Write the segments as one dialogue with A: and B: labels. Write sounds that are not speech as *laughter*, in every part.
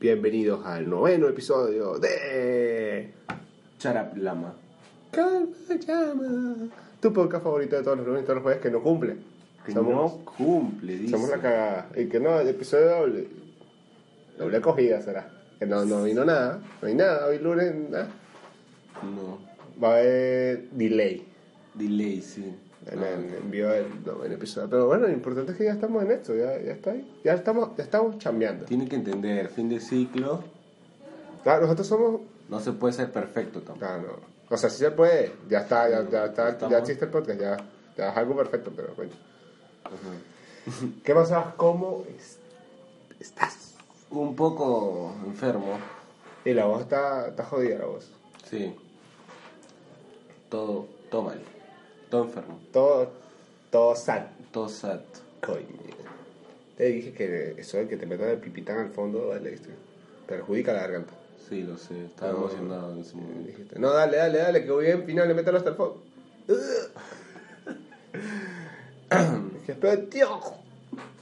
A: Bienvenidos al noveno episodio de
B: Charaplama.
A: Calma Llama, tu podcast favorito de todos los lunes y todos los jueves que no cumple.
B: Que
A: Somos,
B: no cumple, dice.
A: somos la cagada. Y que no, el episodio doble, doble acogida será. Que no, no vino nada, no hay nada, hoy lunes nada.
B: No.
A: Va a haber delay
B: Delay, sí.
A: en el envío del noveno episodio. Pero bueno, lo importante es que ya estamos en esto, ya, ya está ahí. Ya estamos, ya estamos chambeando.
B: Tiene que entender, fin de ciclo,
A: Claro, nosotros somos
B: no se puede ser perfecto tampoco.
A: Ah, no. O sea, sí se puede. Ya está, ya, ya está,
B: Estamos-
A: ya existe el podcast, ya, ya es algo perfecto, pero coño.
B: Ajá.
A: ¿Qué pasa? ¿Cómo es- estás?
B: Un poco enfermo,
A: Y la voz está, está jodida, la voz.
B: sí. Todo, todo mal. Todo enfermo.
A: Todo, todo sad.
B: Todo sad.
A: Coño. Te dije que eso de que te metan el pipitán al fondo, dale, este, te perjudica la garganta.
B: Sí, lo sé. Estaba
A: No.
B: emocionado en ese momento.
A: Dijiste, no, dale, dale, dale, que voy en final, mételo hasta el *laughs* *coughs* fondo. Dije, pero tío.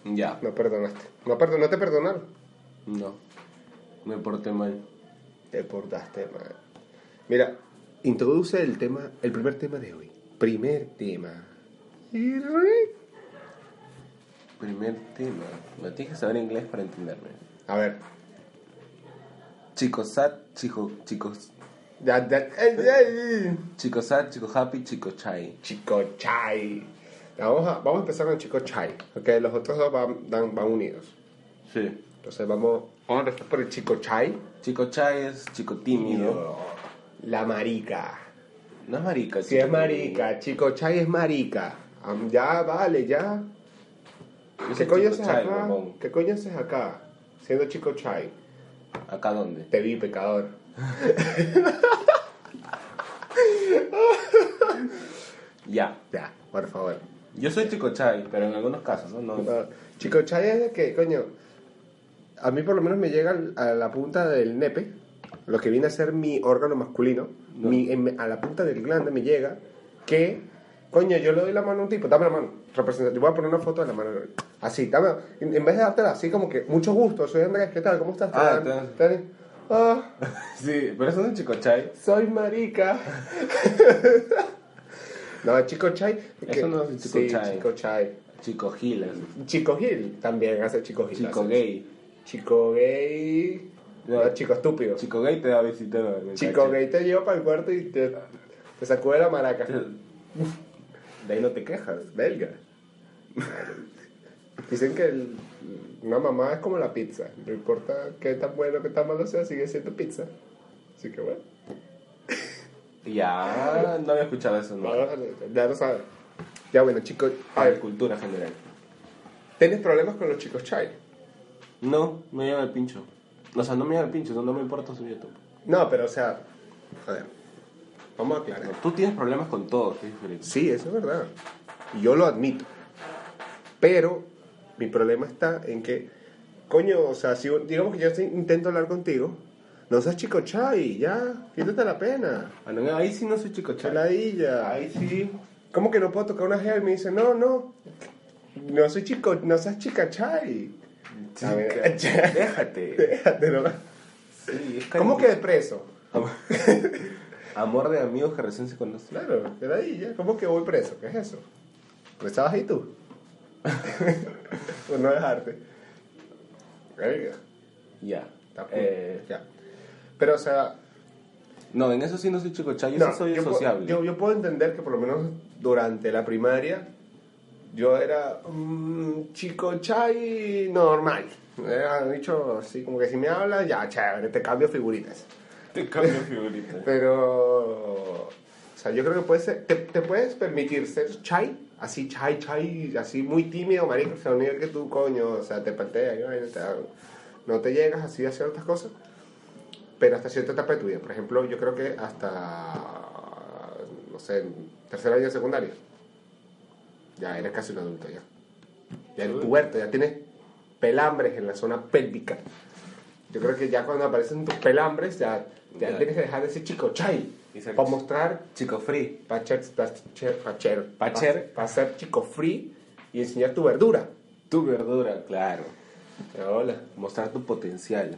B: Ya.
A: No perdonaste. No, perdo- no te perdonaron.
B: No. Me porté mal.
A: Te portaste mal. Mira, introduce el tema, el primer tema de hoy. Primer tema. Y re-
B: Primer tema. Me tienes que saber inglés para entenderme.
A: A ver.
B: Chicos sad, chico, chicos
A: Ya- ya- eh, eh, eh.
B: Chico sad, chico happy, chico chai.
A: Chico Chai. Ya, vamos, a, vamos a empezar con Chico Chai. Ok, los otros dos van, dan- van unidos.
B: Sí.
A: Entonces vamos, vamos a empezar por el Chico Chai.
B: Chico chai es chico tímido.
A: La marica.
B: No es marica.
A: Si
B: chico
A: es marica, Chico Chai es marica. Am- Ya, vale, ya.
B: tímido. Yo soy
A: ¿Qué coño
B: chico
A: haces
B: chai,
A: acá?
B: huevón.
A: ¿Qué coño haces acá? Siendo Chico Chai.
B: ¿Acá dónde?
A: Te vi, pecador.
B: Ya.
A: Ya, por favor.
B: Yo soy chico chai, pero en algunos casos, ¿no? No.
A: No, Chico Chay es de que, coño, a mí por lo menos me llega al- a la punta del nepe, lo que viene a ser mi órgano masculino,
B: No.
A: mi- en- a la punta del glande me llega que, coño, yo le doy la mano a un tipo, dame la mano, representa, yo voy a poner una foto de la mano, así, dame, en, en vez de dártela así como que, mucho gusto, soy Andrés, ¿qué tal? ¿Cómo estás?
B: Ah,
A: Te dan-
B: entonces-
A: te dan- "Ah,
B: Sí, pero eso no es chico chai.
A: soy
B: *laughs*
A: marica. no, Chico Chay.
B: Eso no es Chico
A: sí,
B: Chay.
A: Chico Chay.
B: Chico healer.
A: Chico Gil también hace Chico Gil.
B: Chico
A: hace-
B: gay.
A: Chico gay.
B: No.
A: No, chico estúpido. Chico,
B: Chico gay te da visita.
A: gay te lleva para el cuarto y te, te sacude la maraca.
B: De ahí no te quejas.
A: Belga. *laughs* Dicen que el- una mamá es como la pizza. No importa qué tan bueno, qué tan malo sea, sigue siendo pizza. Así que bueno,
B: Ya, no había escuchado eso, ¿no?
A: vale, ya lo sabes. Ya bueno, chicos. A
B: Para
A: ver,
B: cultura general.
A: ¿tienes problemas con los chicos chai?
B: No, me lleva el pincho. O sea, no me lleva el pincho, no, no me importa su YouTube.
A: No, pero o sea, a ver, vamos a aclarar.
B: Tú tienes problemas con todo, qué diferente.
A: Sí, eso es verdad. Y Yo lo admito. Pero mi problema está en que, coño, o sea, si digamos que yo estoy- intento hablar contigo, no seas chico chai, ya, quítate la pena.
B: Ah, no, ahí sí no soy chico chai.
A: Chaladilla.
B: Ahí sí.
A: ¿Cómo que no puedo tocar una gel? Y me dice, no, no, no soy chico, no seas chica chai. *laughs* A ver,
B: Chica, déjate.
A: Déjate, no.
B: Sí, es
A: ¿Cómo que
B: cariño.
A: de preso?
B: *laughs* Amor de amigos que recién se conocen.
A: Claro, chaladilla. ¿Cómo que voy preso? ¿Qué es eso? ¿Pues estabas ahí tú? *laughs* Por no dejarte. Verga.
B: Ya.
A: Está cool.
B: Eh,
A: Ya. Pero, o sea,
B: no, en eso sí no soy chico chai, yo
A: no,
B: sí soy
A: yo, puedo-
B: sociable.
A: yo, yo puedo entender que por lo menos durante la primaria yo era un chico chai normal. Era dicho así, como que si me hablas, ya, chévere, te cambio figuritas.
B: Te cambio figurita.
A: Pero, o sea, yo creo que puedes ser- te, te puedes permitir ser chai, así chai, chai, así muy tímido, marico, o sea, a un nivel que tú, coño, o sea, te pateas, ¿no? Y te- no te llegas así a ciertas cosas, pero hasta cierta etapa de tu vida. Por ejemplo, yo creo que hasta, no sé, tercer año de secundaria, ya eres casi un adulto ya. Ya eres puberto, ya tienes pelambres en la zona pélvica. Yo creo que ya cuando aparecen tus pelambres, ya, ya
B: Ya.
A: tienes que dejar de ser chico chai.
B: Y ser-
A: Para mostrar,
B: *laughs* Chico free.
A: para ser, pa' ser- pa' ser-
B: Pa' ser.
A: pa' ser chico free y enseñar tu verdura.
B: Tu verdura, claro.
A: Hola.
B: Mostrar tu potencial.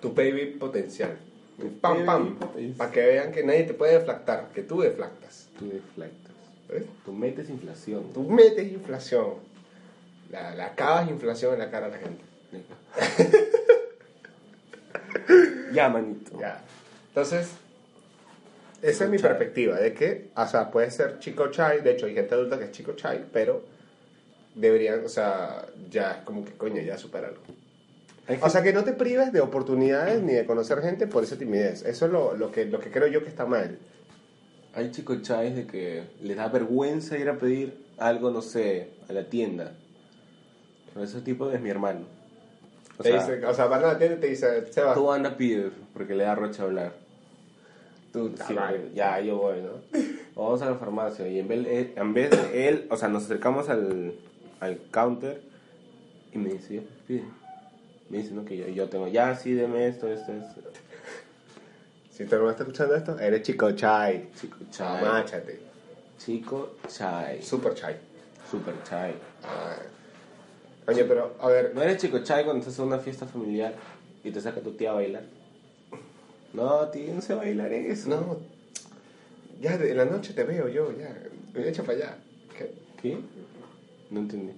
A: tu baby potencial. Y Pam,
B: Baby
A: pam.
B: potencial.
A: Para que vean que nadie te puede deflactar, que tú deflactas.
B: Tú deflectas.
A: ¿Ves?
B: Tú metes inflación.
A: Tú metes inflación. La, la acabas inflación en la cara a la gente.
B: ya, manito.
A: Ya. Entonces, esa es mi
B: Chai.
A: perspectiva, de que, o sea, puede ser chico chai, de hecho hay gente adulta que es chico chai, pero deberían, o sea, ya es como que coño, ya superarlo.
B: Hay
A: O sea, que no te prives de oportunidades ni de conocer gente por esa timidez. Eso es lo, lo que, lo que creo yo que está mal.
B: Hay chicos chais de que les da vergüenza ir a pedir algo, no sé, a la tienda. Pero ese tipo es mi hermano. O
A: te
B: sea,
A: dicen, o sea, van a la tienda y te dicen, se va.
B: tú anda a pedir porque le da rocha hablar. Tú,
A: Ah,
B: sí,
A: vale.
B: ya, yo voy, ¿no? Vamos a la farmacia y en vez, eh, en vez de él, o sea, nos acercamos al, al counter y me dice, pide. Me dice, no, que yo, yo tengo, ya, sí, deme esto, esto, esto.
A: Si tu hermano está escuchando esto, eres chico chai.
B: Chico chai.
A: Amáchate.
B: Chico chai.
A: Super chai.
B: Super chai.
A: Ah. Oye, pero, a ver,
B: ¿No eres chico chai cuando estás en una fiesta familiar y te saca tu tía a bailar? No, tío, no sé bailar eso.
A: No, ya de- en la noche te veo yo, ya. Echa para allá. ¿Qué?
B: ¿Qué? No entendí.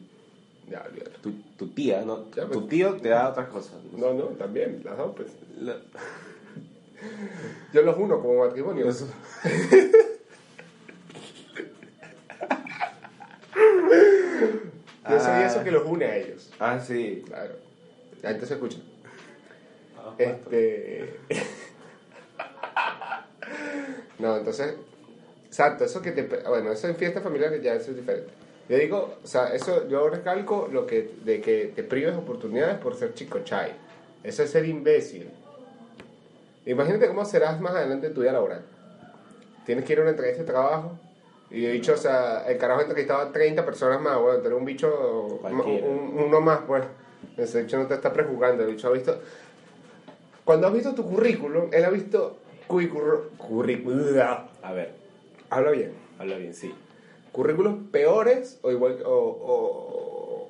A: Ya, olvídalo.
B: Tu, tu tía, ¿no?
A: Ya,
B: tu
A: pues.
B: tío te da otras cosas. No,
A: No, no, también, las dos, pues.
B: La-
A: Yo los uno como matrimonio.
B: Eso.
A: Yo soy
B: Ah.
A: eso que los une a ellos.
B: Ah, sí.
A: Claro. La gente se escucha.
B: Eh,
A: Este. *laughs* no, entonces. Exacto, eso que te. Bueno, eso en fiestas familiares ya eso es diferente. Yo digo, o sea, eso yo recalco lo que, de que te prives oportunidades por ser chico chai. Eso es ser imbécil. Imagínate cómo serás más adelante en tu vida laboral. Tienes que ir a una entrevista de trabajo. Y he dicho, o sea, el carajo entrevistaba 30 personas más. Bueno, tú eres un bicho,
B: Cualquiera.
A: un- un- uno más, pues. Ese bicho no te está prejuzgando. El bicho ha visto. Cuando has visto tu currículum, él ha visto currículum. Currículum.
B: a ver,
A: Habla bien.
B: habla bien, sí.
A: Currículos peores o, igual, o,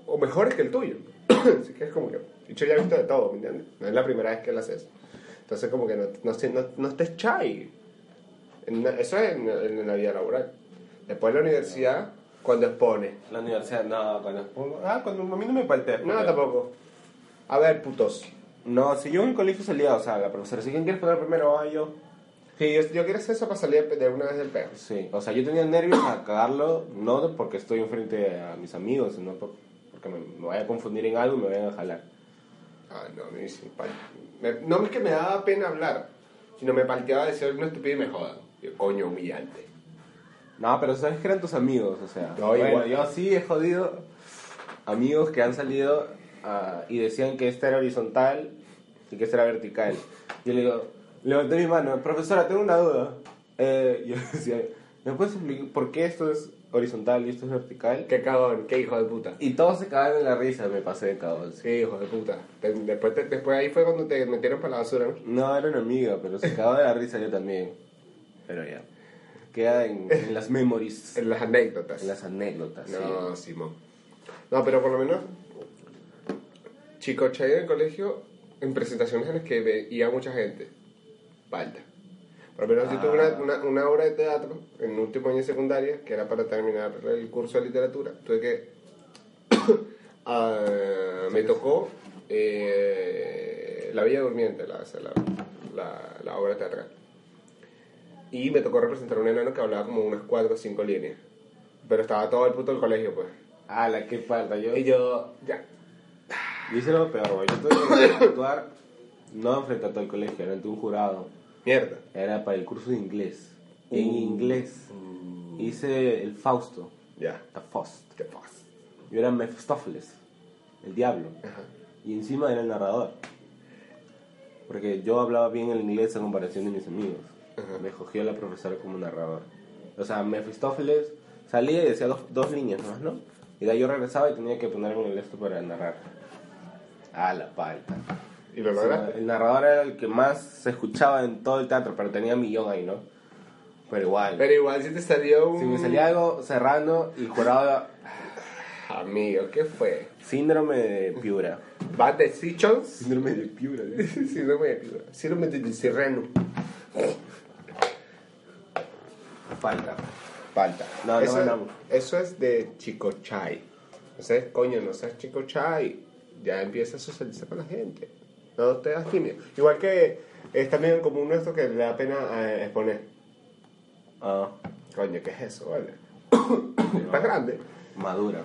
A: o- o mejores que el tuyo. *coughs* Así que es como que. Bicho ya ha visto de todo, ¿me entiendes? No es la primera vez que él hace eso. Entonces, como que no, no, se- no, no estés chai. En la- Eso es en, en la vida laboral. Después de la universidad, cuando expones.
B: La universidad, no, cuando pongo- Ah, cuando a mí no me falté.
A: No, tampoco. A ver, putos.
B: No, si yo en el colegio salía, o sea, la profesora, si quién quieres poner primero, ah, yo.
A: Sí, yo, yo quiero hacer eso para salir de una vez del perro.
B: Sí, o sea, yo tenía nervios a cagarlo, no porque estoy enfrente a mis amigos, sino por- porque me, me vaya a confundir en algo y me vayan a jalar.
A: Ah, no, a mí sí, pa- me- No es que me daba pena hablar, sino me palteaba de ser una estupidez y me jodan. Yo, coño, humillante.
B: No, pero sabes que eran tus amigos, o sea.
A: No,
B: bueno,
A: igual.
B: yo sí he jodido amigos que han salido ah, y decían que esta era horizontal y que esta era vertical. Yo le digo, levanté mi mano, profesora, tengo una duda. Eh, yo *laughs* decía, ¿me puedes explicar por qué esto es horizontal y esto es vertical?
A: Qué cagón, qué hijo de puta.
B: Y todos se cagaron en la risa, me pasé de cabrón. sí.
A: Sí, hijo de puta. Te- Después, te- después ahí fue cuando te metieron para la basura, ¿no?
B: No, era una amiga, pero se cagaba de la risa yo también. Pero ya, queda en, en las memories,
A: En las anécdotas.
B: en las anécdotas. sí.
A: No, Simón. No, pero por lo menos, chicos, chay en el colegio, en presentaciones en las que veía mucha gente, falta. Por lo menos yo tuve una, una, una obra de teatro en el último año de secundaria, que era para terminar el curso de literatura. Tuve que... *coughs* ah, me tocó eh, La Villa Durmiente, la, o sea, la, la, la obra teatral. Y me tocó representar a un enano que hablaba como unas cuatro o cinco líneas. Pero estaba todo el puto del colegio, pues.
B: Ah, la que falta. Yo,
A: Y yo, ya.
B: yo hice lo peor, güey. Yo tuve que actuar, no enfrente a todo el colegio, era ante un jurado.
A: Mierda.
B: Era para el curso de inglés. En inglés. Hice el Fausto,
A: Ya.
B: la Faust.
A: ¿Qué pasa?
B: Yo era Mephistopheles, el diablo.
A: Ajá.
B: Y encima era el narrador. Porque yo hablaba bien el inglés a comparación de mis amigos. Me cogió la profesora como narrador. O sea, Mephistófeles salía y decía dos, dos líneas más, ¿no? Y de ahí yo regresaba y tenía que ponerme en el esto para narrar. Ah, la palta.
A: ¿Y lo
B: Sí,
A: lograste?
B: el narrador era el que más se escuchaba en todo el teatro, pero tenía mi guión ahí, ¿no? Pero igual.
A: Pero igual si te salió un...
B: si me salía algo serrano y juraba
A: Amigo, ¿qué fue?
B: síndrome de Piura.
A: Bad decisions.
B: *laughs* Síndrome de Piura.
A: *laughs*
B: ¿eh?
A: Síndrome de Piura. Síndrome de Serrano.
B: Falta.
A: Falta.
B: No, no
A: eso,
B: ganamos.
A: eso es de Chico Chai. No seas coño, no seas Chico Chai. Ya empieza a socializar con la gente. No te das tímido. Igual que es también en común nuestro que le da pena eh, exponer.
B: Ah,
A: Coño, ¿qué es eso? Vale.
B: no.
A: Estás grande.
B: madura.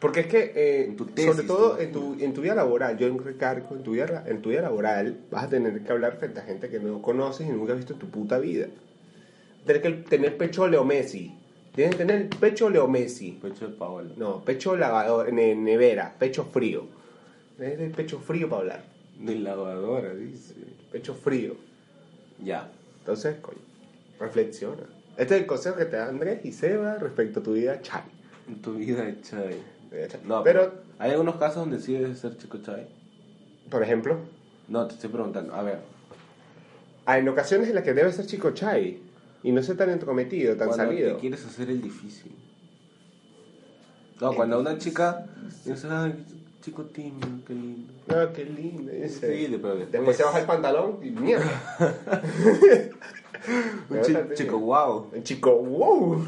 A: Porque es que, eh,
B: En tu tesis,
A: sobre todo
B: ¿no?
A: en tu, en tu vida laboral, yo recargo, en tu, vida, en tu vida laboral vas a tener que hablar frente a gente que no conoces y nunca has visto en tu puta vida. Tienes que tener pecho Leo Messi. Tienes que tener pecho Leo Messi.
B: Pecho de Paola.
A: No, pecho lavador, ne- nevera, pecho frío. Tienes el pecho frío para hablar.
B: De lavadora, dice.
A: Pecho frío.
B: Ya.
A: Entonces, coño, reflexiona. Este es el consejo que te da Andrés y Seba respecto a tu vida, chai.
B: En tu vida de chai.
A: Vida chai.
B: No,
A: pero,
B: pero. ¿Hay algunos casos donde sí debes ser chico chai?
A: por ejemplo,
B: No, te estoy preguntando. A ver.
A: Ah, en ocasiones en las que debe ser chico chai y no ser tan entrometido, tan
B: cuando
A: salido.
B: te quieres hacer el difícil. No, cuando una chica dice, ay, chico tímido, qué lindo.
A: No, qué lindo. ese.
B: Sí, pero después-
A: después se baja el pantalón y mierda.
B: *laughs* Un
A: Me
B: chi-
A: vas a-
B: chico guau.
A: El chico, wow.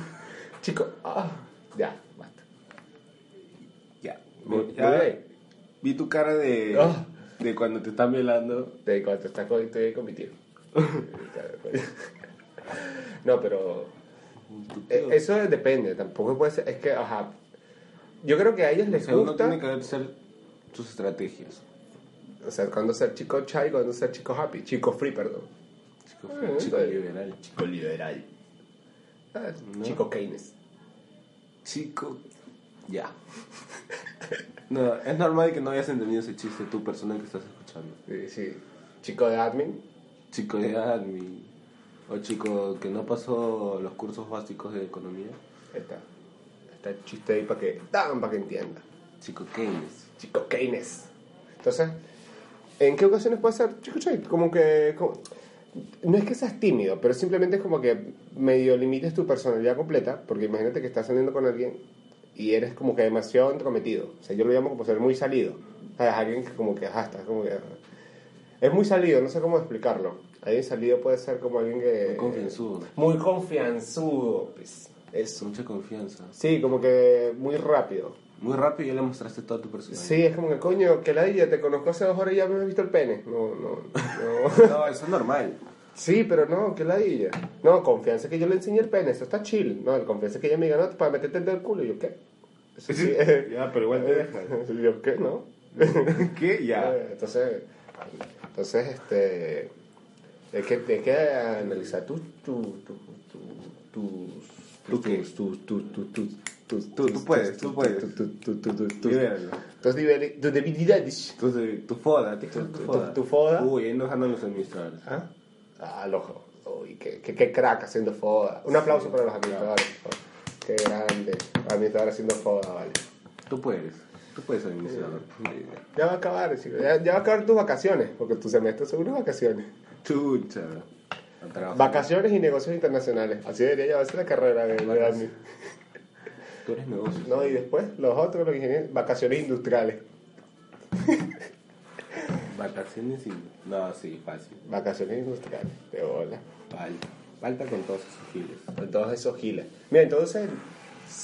A: Chico, ah. Ya, basta.
B: Ya.
A: Muy-
B: Ya.
A: muy bien.
B: Vi tu cara de,
A: Ah.
B: de cuando te están violando.
A: De cuando está con, estoy con mi tío. *laughs* no, pero
B: Tu tío.
A: eh, eso depende. Tampoco puede ser. Es que, ajá. Yo creo que a ellos
B: O
A: les
B: sea, uno
A: eh, gusta.
B: tiene que hacer sus estrategias.
A: O sea, cuando ser chico chai, cuando ser chico happy. Chico free, perdón.
B: Chico,
A: Ah,
B: chico
A: sí.
B: liberal.
A: Chico liberal. Ah, Chico Keynes.
B: Chico. Ya. No, es normal que no hayas entendido ese chiste tú, persona que estás escuchando.
A: Sí, sí. Chico de admin.
B: Chico de admin. O chico que no pasó los cursos básicos de economía.
A: Ahí está. Está el chiste ahí para que, ¡Tan! para que entienda.
B: Chico Keynes.
A: Chico Keynes. Entonces, ¿en qué ocasiones puede ser chico chai? Como que... como- No es que seas tímido, pero simplemente es como que medio limites tu personalidad completa, porque imagínate que estás saliendo con alguien y eres como que demasiado entrometido. O sea, yo lo llamo como ser muy salido. ¿Sabes? Alguien que como que, hasta como que... Es muy salido, no sé cómo explicarlo. Alguien salido puede ser como alguien que...
B: Muy confianzudo.
A: Muy confianzudo, pues. Eso.
B: Mucha confianza.
A: Sí, como que muy rápido.
B: Muy rápido ya le mostraste toda tu personalidad.
A: Sí, es como que coño, que la ya te conozco hace dos horas y ya me has visto el pene. No, no, no.
B: *laughs* No, eso
A: *laughs*
B: es normal.
A: Sí, pero no, que la ella. No, confianza que yo le enseñé el pene, eso está chill. No, confianza que ella me diga, no, para meterte el dedo al culo. Y yo, ¿qué? Eso sí.
B: Ya, pero igual te deja.
A: Y yo, ¿qué? No. *laughs*
B: ¿Qué? Ya.
A: Eh, Entonces, entonces, este. Es que tienes que analizar tus. tus. tus.
B: ¿Tú
A: tus.
B: qué?
A: tus. tus. tus. tus. tus. tus.
B: Tú- tú puedes, tú puedes.
A: tus- tus- tus- tus- tus- tus-
B: Libéralo.
A: tus debili- tus debilidades.
B: Entonces, tu foda, tienes que hacer tu
A: Tu- tu-
B: foda.
A: tu foda.
B: Uy, ahí nos ganan los administradores.
A: ¿Ah? Ah, loco. Uy, qué, qué, qué crack haciendo foda. Un aplauso para los administradores. por favor. Qué grande. Administrador haciendo foda, vale.
B: Tú puedes. Tú puedes ser administrador.
A: Ya va a acabar, chico. Ya, ya va a acabar tus vacaciones, porque tu semestre son unas vacaciones.
B: Chucha. Al trabajo.
A: Vacaciones y negocios internacionales. Así debería llevarse la carrera de de admin.
B: Tú eres negocio.
A: No, y después los otros, los ingenieros, vacaciones industriales.
B: Vacaciones y... No, sí, fácil.
A: Vacaciones industriales, de bola.
B: Falta. Falta con todos esos giles.
A: Con todos esos giles. Mira, entonces.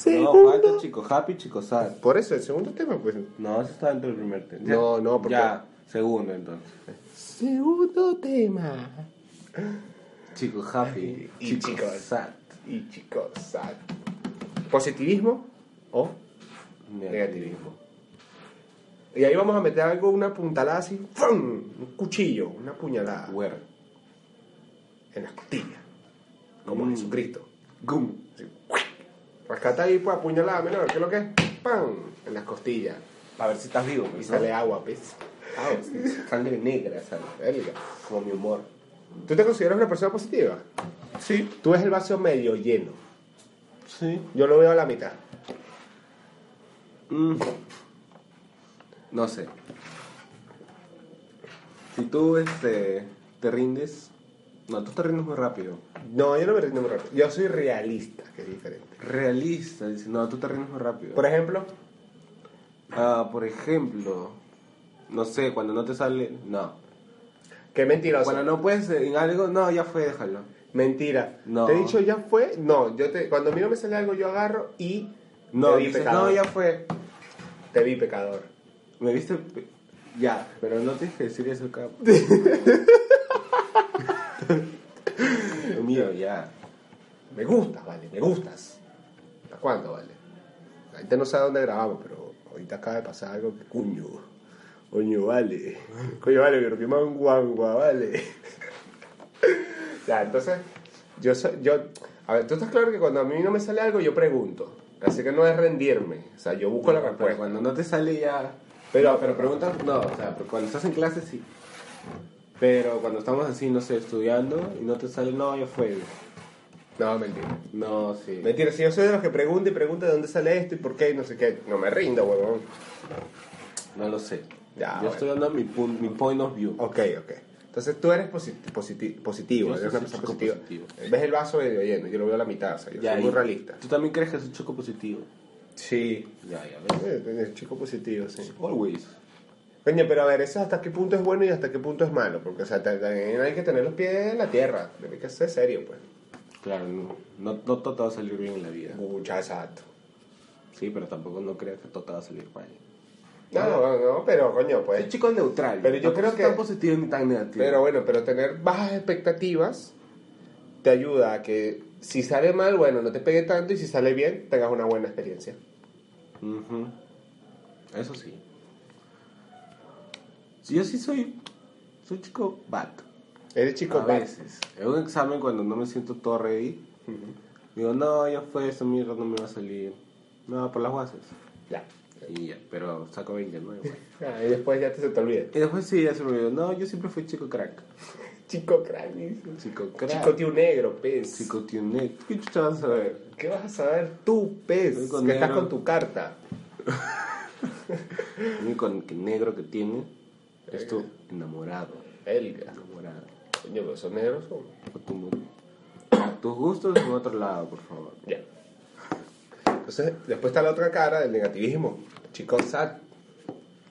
B: No, falta chico happy, chico sad.
A: Por eso, el segundo tema, pues.
B: No, eso está dentro del primer tema.
A: No, no, porque-
B: Ya, segundo entonces.
A: Segundo tema.
B: Chico happy,
A: Y
B: chico,
A: chico-
B: sad.
A: Y chicos, sad. positivismo o
B: Negativismo.
A: y ahí vamos a meter algo, una puntalada así, ¡fum! un cuchillo, una puñalada
B: Güero.
A: en las costillas, como
B: Mm.
A: Jesucristo.
B: Gum.
A: Así, ¡cuic! Rescata ahí, pues apuñalada menor, ¿qué es lo que es? ¡Pam! En las costillas.
B: Para ver si estás vivo.
A: Y
B: pues, ¿no?
A: sale agua, pez.
B: Ah, sí, sangre negra, sangre.
A: Verga.
B: Como mi humor.
A: ¿Tú te consideras una persona positiva?
B: Sí.
A: Tú ves el vaso medio lleno.
B: Sí.
A: Yo lo veo a la mitad.
B: Mm. No sé. Si tú este, te rindes... No, tú te rindes muy rápido.
A: No, yo no me rindo muy rápido. Yo soy realista, que es diferente.
B: Realista, dice. No, tú te rindes muy rápido.
A: Por ejemplo,
B: Ah, por ejemplo... no sé, cuando no te sale, no.
A: Qué mentiroso.
B: Cuando no puedes eh, en algo, no, ya fue, déjalo.
A: Mentira.
B: No.
A: Te he dicho, ya fue. No, yo te, cuando a mí no me sale algo, yo agarro y
B: No,
A: te vi
B: dices,
A: pecador.
B: no, ya fue.
A: Te vi pecador.
B: Me viste, pe- ya, pero no tienes que decir eso acá. Mío, ya.
A: Me gusta, vale, me gustas. ¿Hasta cuándo, vale? La gente no sabe dónde grabamos, pero ahorita acaba de pasar algo que cuño. Coño, vale. Coño, vale, pero que más guangua, vale. ya, entonces, yo, so- yo. A ver, tú estás claro que cuando a mí no me sale algo, yo pregunto. Así que no es rendirme. O sea, yo busco la
B: Pero
A: respuesta.
B: cuando no te sale ya.
A: Pero-
B: Pero, pero preguntas, no, o sea, pero cuando estás en clase sí. Pero cuando estamos así, no sé, estudiando y no te sale, no, ya fue.
A: No, mentira.
B: No, sí.
A: Mentira, si yo soy de los que pregunta y pregunta de dónde sale esto y por qué y no sé qué. No me rindo, huevón.
B: No lo sé.
A: Ya,
B: Yo
A: bueno.
B: estoy dando mi, pun- mi point of view.
A: Ok, ok. Entonces tú eres posi- positi- positivo,
B: Yo
A: eres
B: soy
A: una persona
B: chico
A: positiva.
B: positivo.
A: Ves el vaso medio lleno, yo lo veo a la mitad, o sea, yo
B: Ya,
A: soy
B: y-
A: muy realista.
B: ¿Tú también crees que es un chico positivo?
A: Sí.
B: Ya, ya ves.
A: El chico positivo, sí.
B: Always.
A: Coño, pero a ver, eso hasta qué punto es bueno y hasta qué punto es malo, porque o sea, ta- también hay que tener los pies en la tierra, hay que ser serio, pues.
B: Claro, no, no, no todo te va a salir bien en la vida.
A: Mucha, exacto.
B: Sí, pero tampoco no creas que todo te va a salir mal.
A: No, no, no, pero coño,
B: Soy
A: pues.
B: chico neutral.
A: Pero yo
B: Tampoco
A: creo
B: soy
A: que-
B: tan positivo ni tan negativo.
A: Pero bueno, pero tener bajas expectativas te ayuda a que si sale mal, bueno, no te pegue tanto y si sale bien, tengas una buena experiencia.
B: Ujú. Eso sí. Sí, Yo sí soy, soy chico vato.
A: Eres chico
B: a
A: bad.
B: veces. En un examen cuando no me siento todo ready,
A: Ujú.
B: digo, no, ya fue esa mierda, no me va a salir. No, por las guasas.
A: Ya.
B: Y ya, pero saco 20, ¿no?
A: *laughs*
B: Igual.
A: Ah, y después ya te, se te olvida.
B: y después sí, ya se me olvidó. No, yo siempre fui chico crack.
A: Chico cranis.
B: Chico crack.
A: Chico tío negro, pez.
B: Chico tiene. ¿Qué chucha vas a saber?
A: ¿Qué vas a saber tú, pez?
B: Soy
A: Que
B: con
A: estás
B: negro.
A: con tu carta.
B: El único que negro que tiene es tu enamorado.
A: Elga.
B: Enamorada.
A: Coño, pero son negros son.
B: O tu- tus gustos en otro lado, por favor.
A: Ya. Entonces, después está la otra cara del negativismo. Chico sad.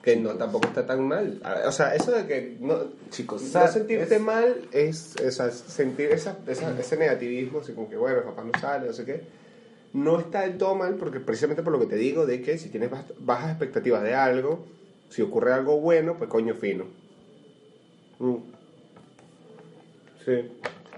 A: Que no tampoco está tan mal. A ver, O sea, eso de que no,
B: Chico
A: no
B: sad
A: sentirte
B: es-
A: mal es, o sea, sentir esa, esa- ese negativismo, así como que bueno, capaz no sale, no sé qué. No está del todo mal, porque precisamente por lo que te digo, de que si tienes bast- bajas expectativas de algo, si ocurre algo bueno, pues coño fino. Mm. Sí.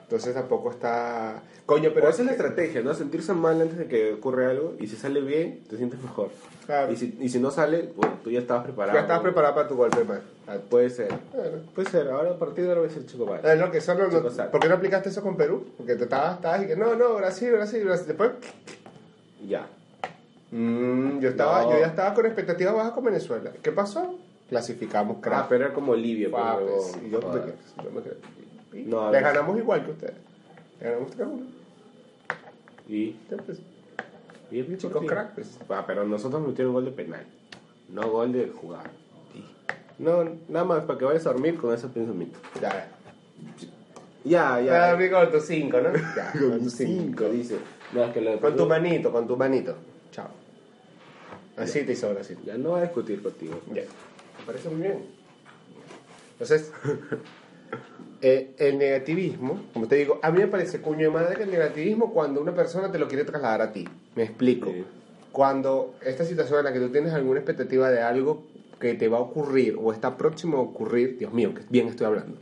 A: Entonces tampoco está. Coño, pero
B: Pero esa es la estrategia, ¿no? Sentirse mal antes de que ocurra algo y si sale bien, te sientes mejor.
A: Claro.
B: Y, si, y si no sale, bueno, tú ya estabas preparado.
A: Ya estabas preparado para tu golpe, man. Ah, tú-
B: Puede ser.
A: Claro.
B: Puede ser, ahora a partir de ahora voy a ser chico mal.
A: Ah, no, que eso no- no-
B: Chico sad.
A: ¿Por qué no aplicaste eso con Perú? Porque te estabas, estabas y que no, no, Brasil, Brasil, Brasil. Después,
B: Ya.
A: Mm, yo, estaba,
B: No.
A: yo ya estaba con expectativas bajas con Venezuela. ¿Qué pasó? Clasificamos
B: Ah,
A: crap.
B: pero era como Libia, pues,
A: Ah,
B: huevón.
A: pues, y yo me
B: Joder.
A: quedé- yo me quedé. Y
B: No,
A: Le
B: no.
A: ganamos igual que ustedes. Le ganamos 3-1.
B: Y,
A: Entonces,
B: y el
A: pues, Chicos
B: partido.
A: crack, pues.
B: Ah, pero nosotros metieron gol de penal, no gol de jugar. No, nada más para que vayas a dormir con ese pensamiento.
A: Ya. Ya
B: Ya, ya.
A: dormí Ah, con tu 5, ¿no? Ya,
B: Con tu cinco, dice. No, es que lo de
A: Con tu
B: Perú-
A: manito, con tu manito. Chao. Así te hizo Brasil.
B: Ya no va a discutir contigo.
A: Ya. Me parece muy bien. Entonces, *laughs* eh, el negativismo, como te digo, a mí me parece cuño de madre que el negativismo cuando una persona te lo quiere trasladar a ti. Me explico.
B: Sí.
A: Cuando esta situación en la que tú tienes alguna expectativa de algo que te va a ocurrir o está próximo a ocurrir, Dios mío, que bien estoy hablando.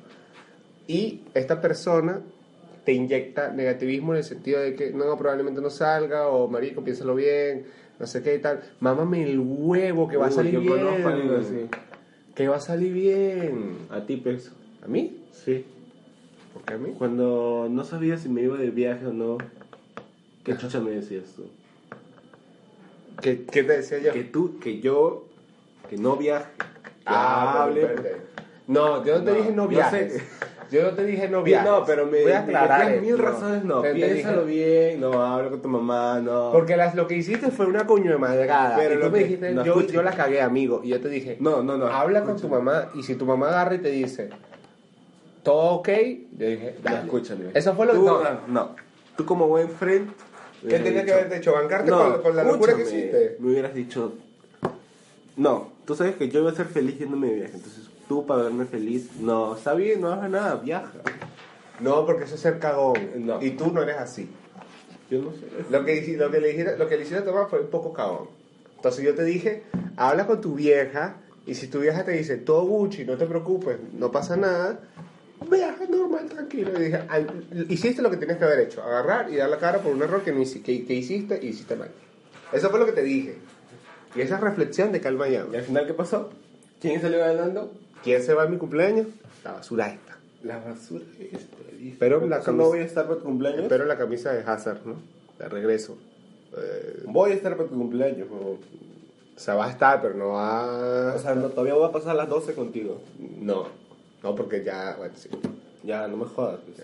A: Y esta persona te inyecta negativismo en el sentido de que no, probablemente no salga, o marico, piénsalo bien, no sé qué y tal. Mámame el huevo que va a
B: Uy,
A: salir
B: yo
A: bien.
B: conozco a alguien así.
A: Que va a salir bien.
B: A ti, Pex.
A: ¿A mí?
B: Sí.
A: ¿Por qué a mí?
B: Cuando no sabía si me iba de viaje o no, ¿qué chucha me decías tú?
A: ¿Qué, qué te decía yo?
B: Que tú, que yo, que no viaje. que
A: Ah,
B: hable.
A: verde. No, yo no te
B: No,
A: dije no
B: yo
A: viajes.
B: sé.
A: *laughs* Yo no te dije no
B: No,
A: viajes.
B: No, pero me,
A: Voy a
B: me
A: aclarar
B: metías mil
A: esto.
B: razones, no.
A: Te- te dije-
B: Piénsalo bien, no, habla con tu mamá, no.
A: Porque las, lo que hiciste fue una coño de madrugada.
B: Pero
A: y tú
B: lo
A: me
B: que-
A: dijiste,
B: no,
A: yo,
B: escucha.
A: yo la cagué, amigo. Y yo te dije,
B: No, no, no.
A: habla con tu mamá. Y si tu mamá agarra y te dice, todo ok, yo dije,
B: Ya,
A: dale.
B: escúchame.
A: Eso fue lo que.
B: Tú,
A: No,
B: ah, no. Tú como buen friend... eh,
A: ¿Qué tenía que haberte hecho? ¿Bancarte con- con la locura que
B: escúchame.
A: hiciste?
B: Me hubieras dicho... No, tú sabes que yo iba a ser feliz yéndome de viaje, entonces tú para verme feliz, no, está bien, no hagas nada, viaja.
A: No, porque eso es ser cagón.
B: No.
A: Y tú no eres así.
B: Yo no sé.
A: Lo que, hici- lo que le hicieron, lo que le hicieron a Tomás fue un poco cagón. Entonces yo te dije, habla con tu vieja y si tu vieja te dice, todo Gucci, no te preocupes, no pasa nada, viaja normal, tranquilo. Y dije, "Al- hiciste lo que tenías que haber hecho, agarrar y dar la cara por un error que, no hici- que, que hiciste y hiciste mal. Eso fue lo que te dije. Y esa es reflexión de Calma
B: ¿Y
A: Miami.
B: al final qué pasó? ¿Quién salió ganando?
A: ¿Quién se va a mi cumpleaños? La basura esta.
B: La basura esta. dice.
A: Pero
B: Por
A: la
B: eso
A: camis-
B: no voy a estar para tu cumpleaños.
A: Espero la camisa de Hazard, ¿no? De regreso. Eh,
B: Voy a estar para tu cumpleaños, huevón.
A: o sea, va a estar, pero no va...
B: O sea, no, todavía voy a pasar las 12 contigo.
A: No, no porque ya, bueno, sí.
B: Ya, no me jodas. pues.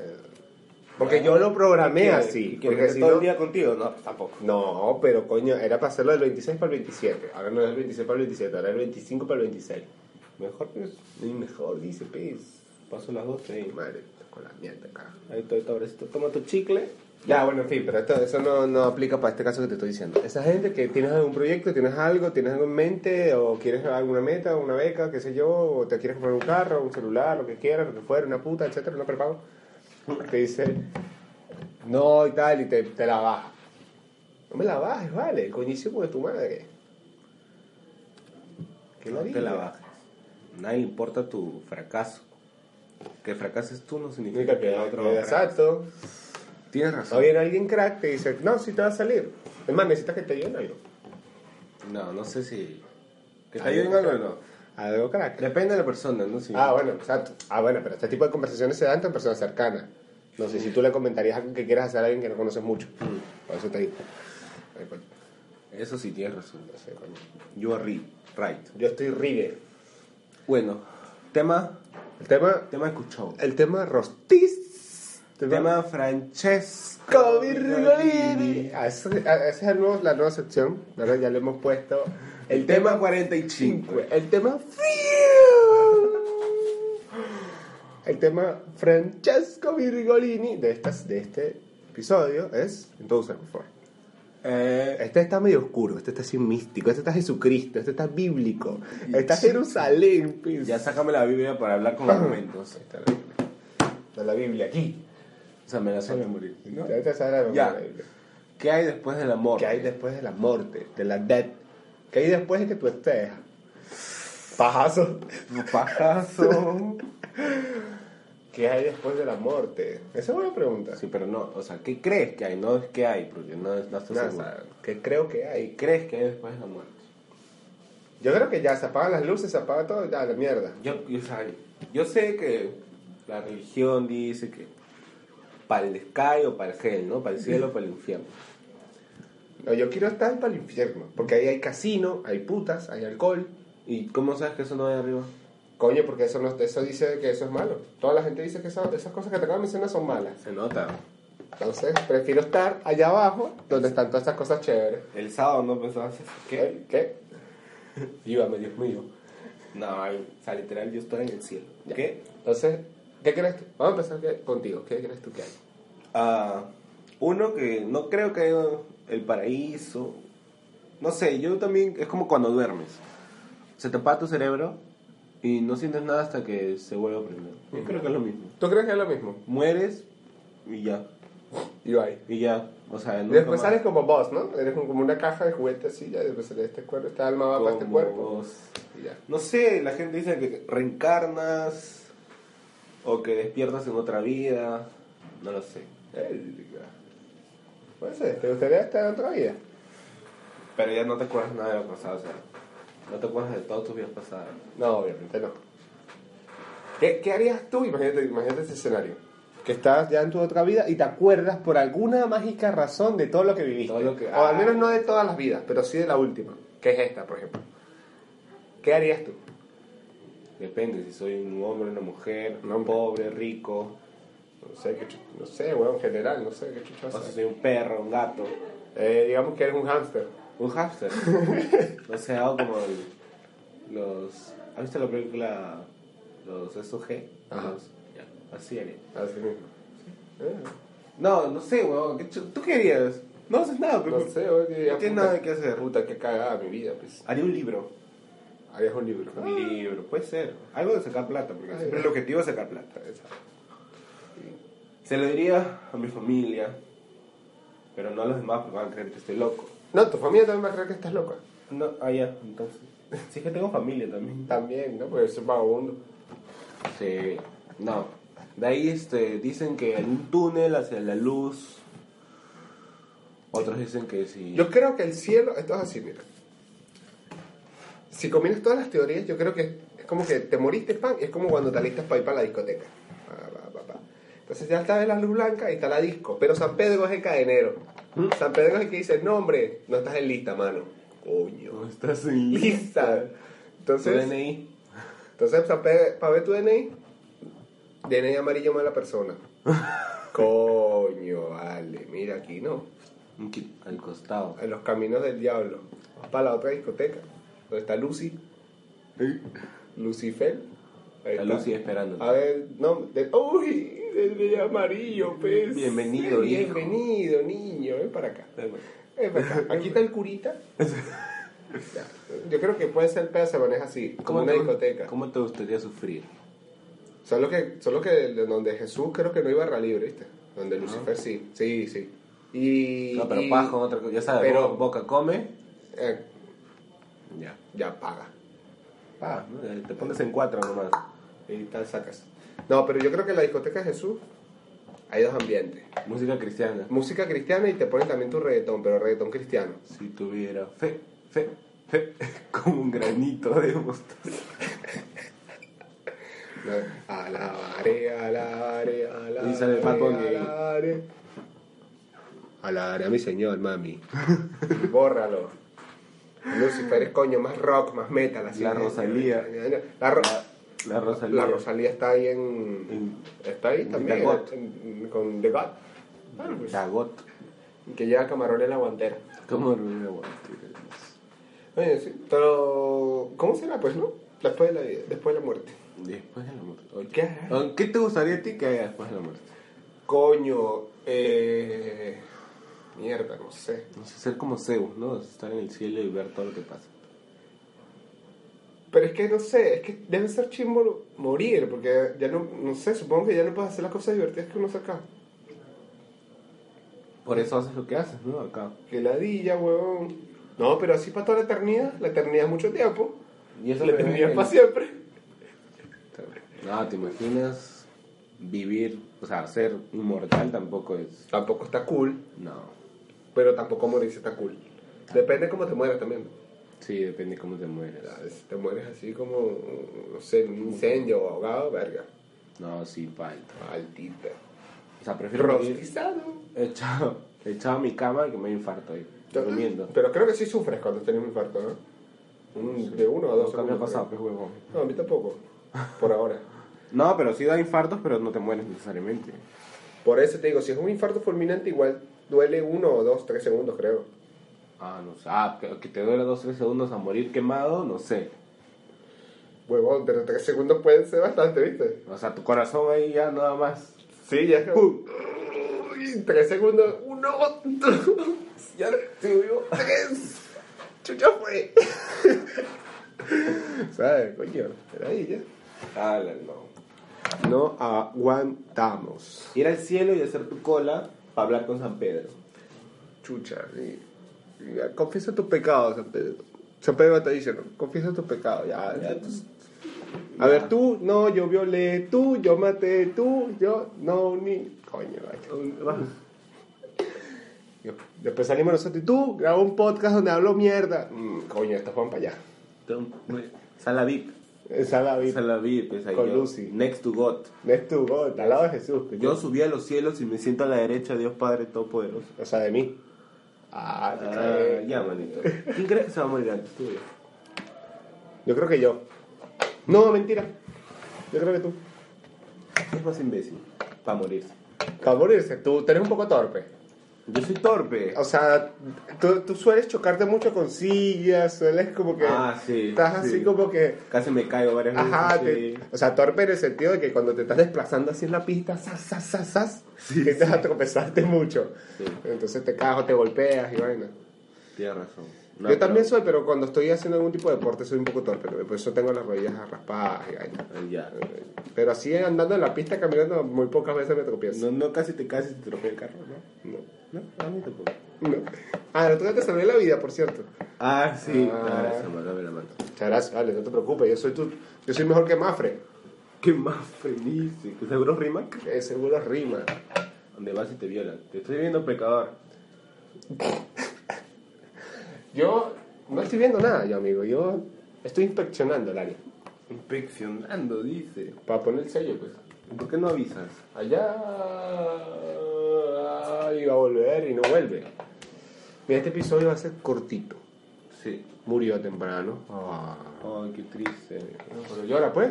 A: Porque yo lo programé
B: ¿Qué-
A: así.
B: qué-
A: Porque
B: que
A: si
B: todo
A: no,
B: el día contigo? No, tampoco.
A: no, pero coño, era para hacerlo del 26 para el 27. Ahora no es el 26 para el 27, ahora es el 25 para el 26.
B: Mejor pues.
A: Y mejor dice, pez.
B: Paso las 12 y...
A: Madre, con la mierda, carajo.
B: Ahí estoy, ahora esto. Toma tu chicle.
A: Ya, bueno, en fin, pero esto- eso no, no aplica para este caso que te estoy diciendo. Esa gente que tienes algún proyecto, tienes algo, tienes algo en mente, o quieres alguna meta, una beca, qué sé yo, o te quieres comprar un carro, un celular, lo que quieras, lo que fuera, una puta, etcétera, una prepago, te dice no y tal, y te, te la baja. No me la bajes, vale, coñísimo de tu madre. Qué
B: No te
A: ladilla.
B: la bajes. Nadie le importa tu fracaso. Que fracases tú no significa
A: Nunca
B: que
A: que
B: el otro
A: otro.
B: fracase.
A: Exacto.
B: Tienes razón.
A: O viene alguien crack, te dice, no, si te va a salir. Es más, necesitas que te ayuden algo.
B: No, no sé si... Que te
A: Algo
B: ayuden algo o no.
A: Algo crack.
B: Depende de la persona, ¿no? Si-
A: Ah, bueno, exacto. Ah, bueno, pero este tipo de conversaciones se dan con personas cercanas. No sé si tú le comentarías algo que quieras hacer a alguien que no conoces mucho. Por eso te digo. Ay, coño,
B: Eso sí tienes razón.
A: no sé, coño.
B: You are ri- right.
A: Yo estoy rigue.
B: Bueno, tema...
A: El tema,
B: Tema escuchado.
A: el tema rostis.
B: Tema Francesco
A: Francesco Virgolini. Ah, ese- ah, Esa es el nuevo- la nueva sección. Ahora ya le hemos puesto
B: El tema 45.
A: El tema frío. El tema Francesco Virgolini de, estas, de este episodio es. Entonces, por favor.
B: Eh,
A: Este está medio oscuro, este está así místico, este está Jesucristo, este está bíblico, este está Jerusalén. pues.
B: ya sácame la Biblia para hablar con argumentos.
A: Ahí está la Biblia. Está la Biblia aquí.
B: O sea, me la sabe morir. ¿no?
A: Ya te sabrá lo que
B: Ya.
A: es la Biblia.
B: ¿Qué hay después del amor?
A: ¿Qué hay después de la muerte, de la death? ¿Qué hay después de que tú estés? Pajazo.
B: Pajazo.
A: ¿Qué hay después de la muerte? Esa es una pregunta.
B: Sí, pero no, o sea, ¿qué crees que hay? No es que hay, porque no, no estoy
A: Nada,
B: seguro.
A: que creo que hay.
B: ¿Qué crees que hay después de la muerte?
A: Yo creo que ya se apagan las luces, se apaga todo, ya la mierda.
B: Yo, yo, o sea, yo sé que la religión dice que para el sky o para el gel, ¿no? Para el cielo o para el infierno.
A: No, yo quiero estar para el infierno, porque ahí hay casino, hay putas, hay alcohol.
B: ¿Y cómo sabes que eso no hay arriba?
A: Coño, porque eso no, eso dice que eso es malo. Toda la gente dice que esa- esas cosas que te acabo de mencionar son malas.
B: Se nota.
A: Entonces, prefiero estar allá abajo, donde están todas estas cosas chéveres.
B: El sábado no pensabas eso. ¿Qué?
A: ¿Qué? ¿Qué? *laughs* Llévame, Dios mío.
B: No, el- o sea, literal, yo estoy en el cielo.
A: Ya.
B: ¿Qué?
A: Entonces, ¿qué crees tú? Vamos a empezar que- contigo. ¿Qué crees tú que hay?
B: Ah, uno que no creo que haya el paraíso. No sé, yo también es como cuando duermes. Se te apaga tu cerebro y no sientes nada hasta que se vuelve a prender. Yo
A: Ujú.
B: creo que es lo mismo.
A: ¿Tú crees que es lo mismo?
B: Mueres y ya.
A: Y lo hay.
B: Y ya. O sea,
A: Y
B: nunca
A: después
B: más.
A: sales como boss, ¿no? Eres un- como una caja de juguetes así, ya. y Después sale este cuerpo, esta alma va para este
B: Como
A: cuerpo.
B: vos.
A: Y ya.
B: No sé, la gente dice que reencarnas o que despiertas en otra vida. No lo sé.
A: Verga. Eh, Puede ser, ¿te gustaría estar en otra vida?
B: Pero ya no te acuerdas nada de lo pasado, o sea, no te acuerdas de todas tus vidas pasadas.
A: No, obviamente no. ¿Qué, qué harías tú? Imagínate, imagínate ese escenario. Que estás ya en tu otra vida y te acuerdas por alguna mágica razón de todo lo que viviste.
B: Todo lo que- Ah.
A: O al menos no de todas las vidas, pero sí de la última, que es esta, por ejemplo. ¿Qué harías tú?
B: Depende si soy un hombre, una mujer,
A: Un hombre.
B: pobre, rico,
A: No sé, qué chu- no sé, weón, en general, no sé qué chucho
B: o si
A: haces.
B: soy un perro, un gato,
A: Eh, digamos que eres un hámster.
B: un
A: *laughs*
B: hamster. no sé, algo como el- los... ¿Has visto la película Los SOG?
A: Ajá.
B: Los- ya, así haría.
A: Así mismo. Eh,
B: No, no sé, weón, ¿qué ch- ¿tú qué harías? No haces nada, pero...
A: no sé, weón, yo diría,
B: No tienes
A: puta,
B: nada que hacer.
A: Puta, qué cagada mi vida, pues.
B: Haría un libro.
A: harías un libro.
B: Un libro, puede ser. Algo de sacar plata, porque siempre el objetivo es sacar plata. Se lo diría a mi familia, pero no a los demás porque van a creer que estoy loco.
A: No, tu familia también va a creer que estás loca.
B: No, ah, ya, entonces. Sí, es que tengo familia también.
A: También, ¿no? Porque es vagabundo.
B: Sí, no. De ahí este, dicen que en un túnel hacia la luz. Otros dicen que sí.
A: Yo creo que el cielo, esto es así, mira. Si combinas todas las teorías, yo creo que es como que te moriste, pan, es como cuando te alistas para ir para la discoteca. Pa, pa, pa, pa. Entonces ya está en la luz blanca y está la disco. Pero San Pedro es el cadenero. ¿Mm? San Pedro es el que dice, no hombre, no estás en lista, mano. Coño.
B: No
A: *laughs*
B: estás en
A: Lista.
B: Tu
A: Entonces,
B: DNI.
A: entonces para ver, pa' ver tu DNI, DNI amarillo mala persona. Coño, vale, mira aquí no.
B: Un kit al costado.
A: En los caminos del diablo. Vas para la otra discoteca, donde está Lucy, Lucifer. Ahí
B: La
A: está.
B: luz sigue esperando.
A: A ver, no, de- uy, de, de amarillo, pez.
B: Bienvenido, hijo.
A: Bienvenido, niño, ven para acá. Ven para acá. Aquí está el curita. Ya, Yo creo que puede ser pez, se maneja así, como una
B: te-
A: discoteca.
B: ¿Cómo te gustaría sufrir?
A: Solo que, solo que de donde Jesús creo que no iba a rally, ¿viste? Donde Lucifer sí, sí, sí. Y,
B: Ah. No, pero
A: y-
B: paz con otra cosa. Ya sabes,
A: pero-
B: bo- boca come.
A: eh,
B: Ya.
A: ya paga.
B: Paz, ¿no? Eh, Te pones en cuatro nomás.
A: Y tal sacas. No, pero yo creo que en la discoteca de Jesús hay dos ambientes.
B: Música cristiana.
A: Música cristiana y te ponen también tu reggaetón, pero reggaetón cristiano.
B: Si tuviera fe, fe, fe, *laughs* como un granito de mostaza.
A: No, Alabaré, alabaré, alabaré.
B: Y sale el Bad Bunny ahí.
A: Alabaré. Alabaré a mi señor, mami. *laughs* Bórralo. Lucifer es coño, más rock, más metal. Así
B: La Rosalía.
A: La, Ro-
B: La Rosalía.
A: la Rosalía está ahí en. Está ahí
B: en
A: también.
B: Dagot.
A: en- en- con The God. Bueno, pues,
B: Dagot.
A: que lleva camarón en la guantera.
B: ¿Cómo lo voy a guardar?
A: Oye, sí, pero. ¿Cómo será, pues, no? Después de la, vida, después de la muerte. Ah.
B: Después de la muerte. Oye,
A: ¿Qué hará?
B: oye, ¿Qué te gustaría a ti que haga después de la muerte?
A: Coño, eh. Mierda, no sé.
B: No sé, ser como Zeus, ¿no? Estar en el cielo y ver todo lo que pasa.
A: Pero es que no sé, es que debe ser chimbo morir, porque ya no, no sé, supongo que ya no puedes hacer las cosas divertidas que uno hace acá.
B: Por eso haces lo que haces, ¿no? Acá.
A: Que ladilla, huevón. No, pero así para toda la eternidad, la eternidad es mucho tiempo.
B: Y
A: La
B: me
A: eternidad
B: da
A: es para
B: el-
A: siempre.
B: No, ¿te imaginas vivir, o sea, ser inmortal tampoco es...
A: Tampoco está cool,
B: No.
A: pero tampoco morirse está cool. Depende cómo te mueras también.
B: Sí, depende cómo te mueres.
A: Si te mueres así como, no sé, en un incendio o ahogado, verga.
B: No, sí, falta.
A: Maldita.
B: O sea, prefiero morir
A: Rostizado.
B: echado, *laughs* echado a mi cama que me infarto ahí, durmiendo.
A: Pero creo que sí sufres cuando tienes un infarto, ¿no? Un- De uno a dos
B: Nunca me ha
A: segundos,
B: pasado,
A: creo.
B: pues, huevón.
A: No, a mí tampoco. Por ahora.
B: No, pero sí da infartos, pero no te mueres necesariamente.
A: Por eso te digo, si es un infarto fulminante, igual duele uno o dos, tres segundos, creo.
B: Ah, no sé. Ah, que que te duele dos, tres segundos a morir quemado, no sé.
A: Huevón, pero tres segundos pueden ser bastante, ¿viste?
B: O sea, tu corazón ahí ya nada más.
A: Sí, ya es *laughs* como- Uy, Tres segundos, uno, dos,
B: Ya estoy vivo.
A: tres. Chucha *laughs* fue. ¿Sabes, coño? Era ahí ya.
B: Ah, la- no.
A: No aguantamos.
B: Ir al cielo y hacer tu cola para hablar con San Pedro.
A: Chucha, sí. Ya, Confiesa tus pecados, San Pedro. San Pedro te dice, ¿no? confiesa tus pecados. Ya, ya, tú- A ver, tú, no, yo violé, tú, yo maté, tú, yo, no, ni. Coño, vaya. Después salimos nosotros y tú, grabo un podcast donde hablo mierda. Mm, coño, estos van para allá.
B: Sala VIP.
A: Esa la vida.
B: Sala VIP. es ahí
A: Con
B: yo.
A: Lucy.
B: Next to God.
A: No es tu God, al lado de Jesús. que
B: Yo subí a los cielos y me siento a la derecha de Dios Padre Todopoderoso.
A: O sea, de mí. Ah, te
B: Ah,
A: cagué.
B: ya, *laughs* manito. ¿Quién crees que se va a morir antes? Tú. o yo?
A: Yo creo que yo. No, mentira. Yo creo que tú.
B: ¿Quién es más imbécil? Para morirse.
A: Para morirse, tú, tú eres un poco torpe.
B: Yo soy torpe.
A: O sea, tú, tú sueles chocarte mucho con sillas, sueles como que...
B: Ah, sí,
A: Estás
B: sí.
A: así como que...
B: Casi me caigo varias veces.
A: Ajá,
B: sí.
A: te- o sea, torpe en el sentido de que cuando te estás desplazando así en la pista, sas, sas, sas, sas, que te vas a tropezarte mucho.
B: Sí.
A: Entonces te cagas o te golpeas y vaina.
B: Tienes razón. No,
A: Yo también
B: pero-
A: soy, pero cuando estoy haciendo algún tipo de deporte soy un poco torpe, por eso tengo las rodillas raspadas y vainas.
B: Ay, Ya.
A: Pero así andando en la pista, caminando, muy pocas veces me tropiezo.
B: No, no casi te casi te tropea el carro, ¿no?
A: No.
B: No, a mí tampoco.
A: No. Ah, el otro día te salvé la vida, por cierto.
B: Ah, sí.
A: Ah.
B: Ah, gracias, man, dame la mano.
A: Muchas gracias, vale, no te preocupes, yo soy tú, yo soy mejor que Mafre.
B: Qué más feliz. ¿Qué seguro Rimac?
A: Eh, seguro rima.
B: Donde vas y te violan. Te estoy viendo pecador.
A: Yo no estoy viendo nada, yo amigo, yo estoy inspeccionando el área.
B: Inspeccionando, dice.
A: Para poner el sello, pues.
B: ¿Por qué no avisas?
A: Allá iba a volver y no vuelve. Mira, este episodio va a ser cortito.
B: Sí.
A: Murió temprano. Ah.
B: Ay, qué triste.
A: Bueno, Pero llora, pues.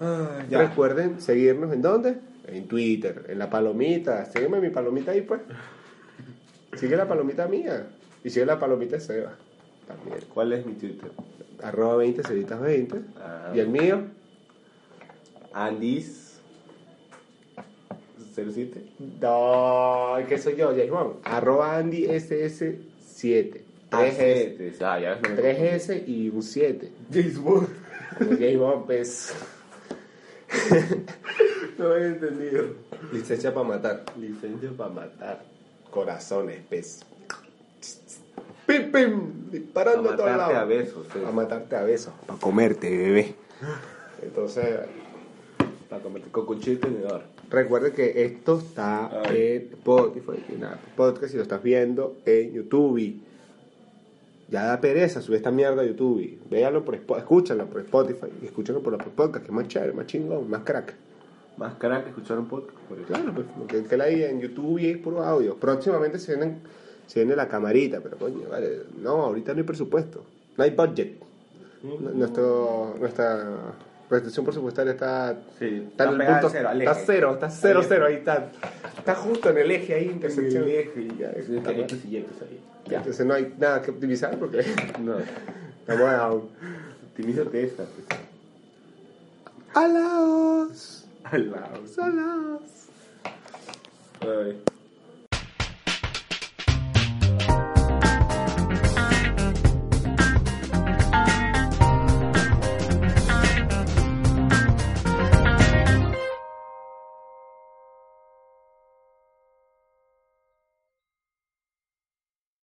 B: Ah,
A: Recuerden seguirnos en dónde? En Twitter, en la palomita. Sígueme mi palomita ahí, pues. Sigue la palomita mía. Y sigue la palomita de Seba. También.
B: ¿Cuál es mi Twitter?
A: Arroba 20, cebitas 20.
B: Ah.
A: Y el mío,
B: Andis 07.
A: no, que soy yo, Jay Juan. Arroba Andy SS7. 3S.
B: Ah, ya ves.
A: 3S y un 7.
B: *laughs* James Bond.
A: Como Jay Juan, pues.
B: No he entendido.
A: Licencia para matar.
B: Licencia para matar.
A: Corazones, pez. Pim, pim. Disparando
B: a
A: a todos
B: matarte
A: lados.
B: a besos.
A: a matarte a besos.
B: Para comerte, bebé.
A: Entonces,
B: Para comerte con cuchillo y tenedor.
A: recuerda que esto está
B: Ay.
A: en Spotify, en Apple Podcast, si lo estás viendo en YouTube. Ya da pereza subir esta mierda a YouTube. Véanlo por Spotify, escúchalo por Spotify, y escúchalo por Apple Podcast, que es más chévere, más chingón, más crack.
B: Más cara que escuchar un podcast, por ejemplo.
A: Claro, pues, porque que la idea en YouTube y es puro audio. Próximamente se vienen, se viene la camarita, pero coño, vale, no, ahorita no hay presupuesto, no hay budget. N- Nuestro, nuestra restricción presupuestaria está
B: Sí,
A: Está, en el
B: pegada al
A: punto-
B: cero, al
A: está
B: eje.
A: cero, está cero,
B: Al eje.
A: cero, ahí está. Está justo en el eje ahí, intersección.
B: El eje y ya.
A: Sí, está
B: X y X ahí. Ya.
A: Entonces no hay nada que optimizar porque *laughs*
B: No,
A: estamos down.
B: optimízate esta. Pues.
A: Alaos,
B: Al lado.
A: alaos.
B: Ay.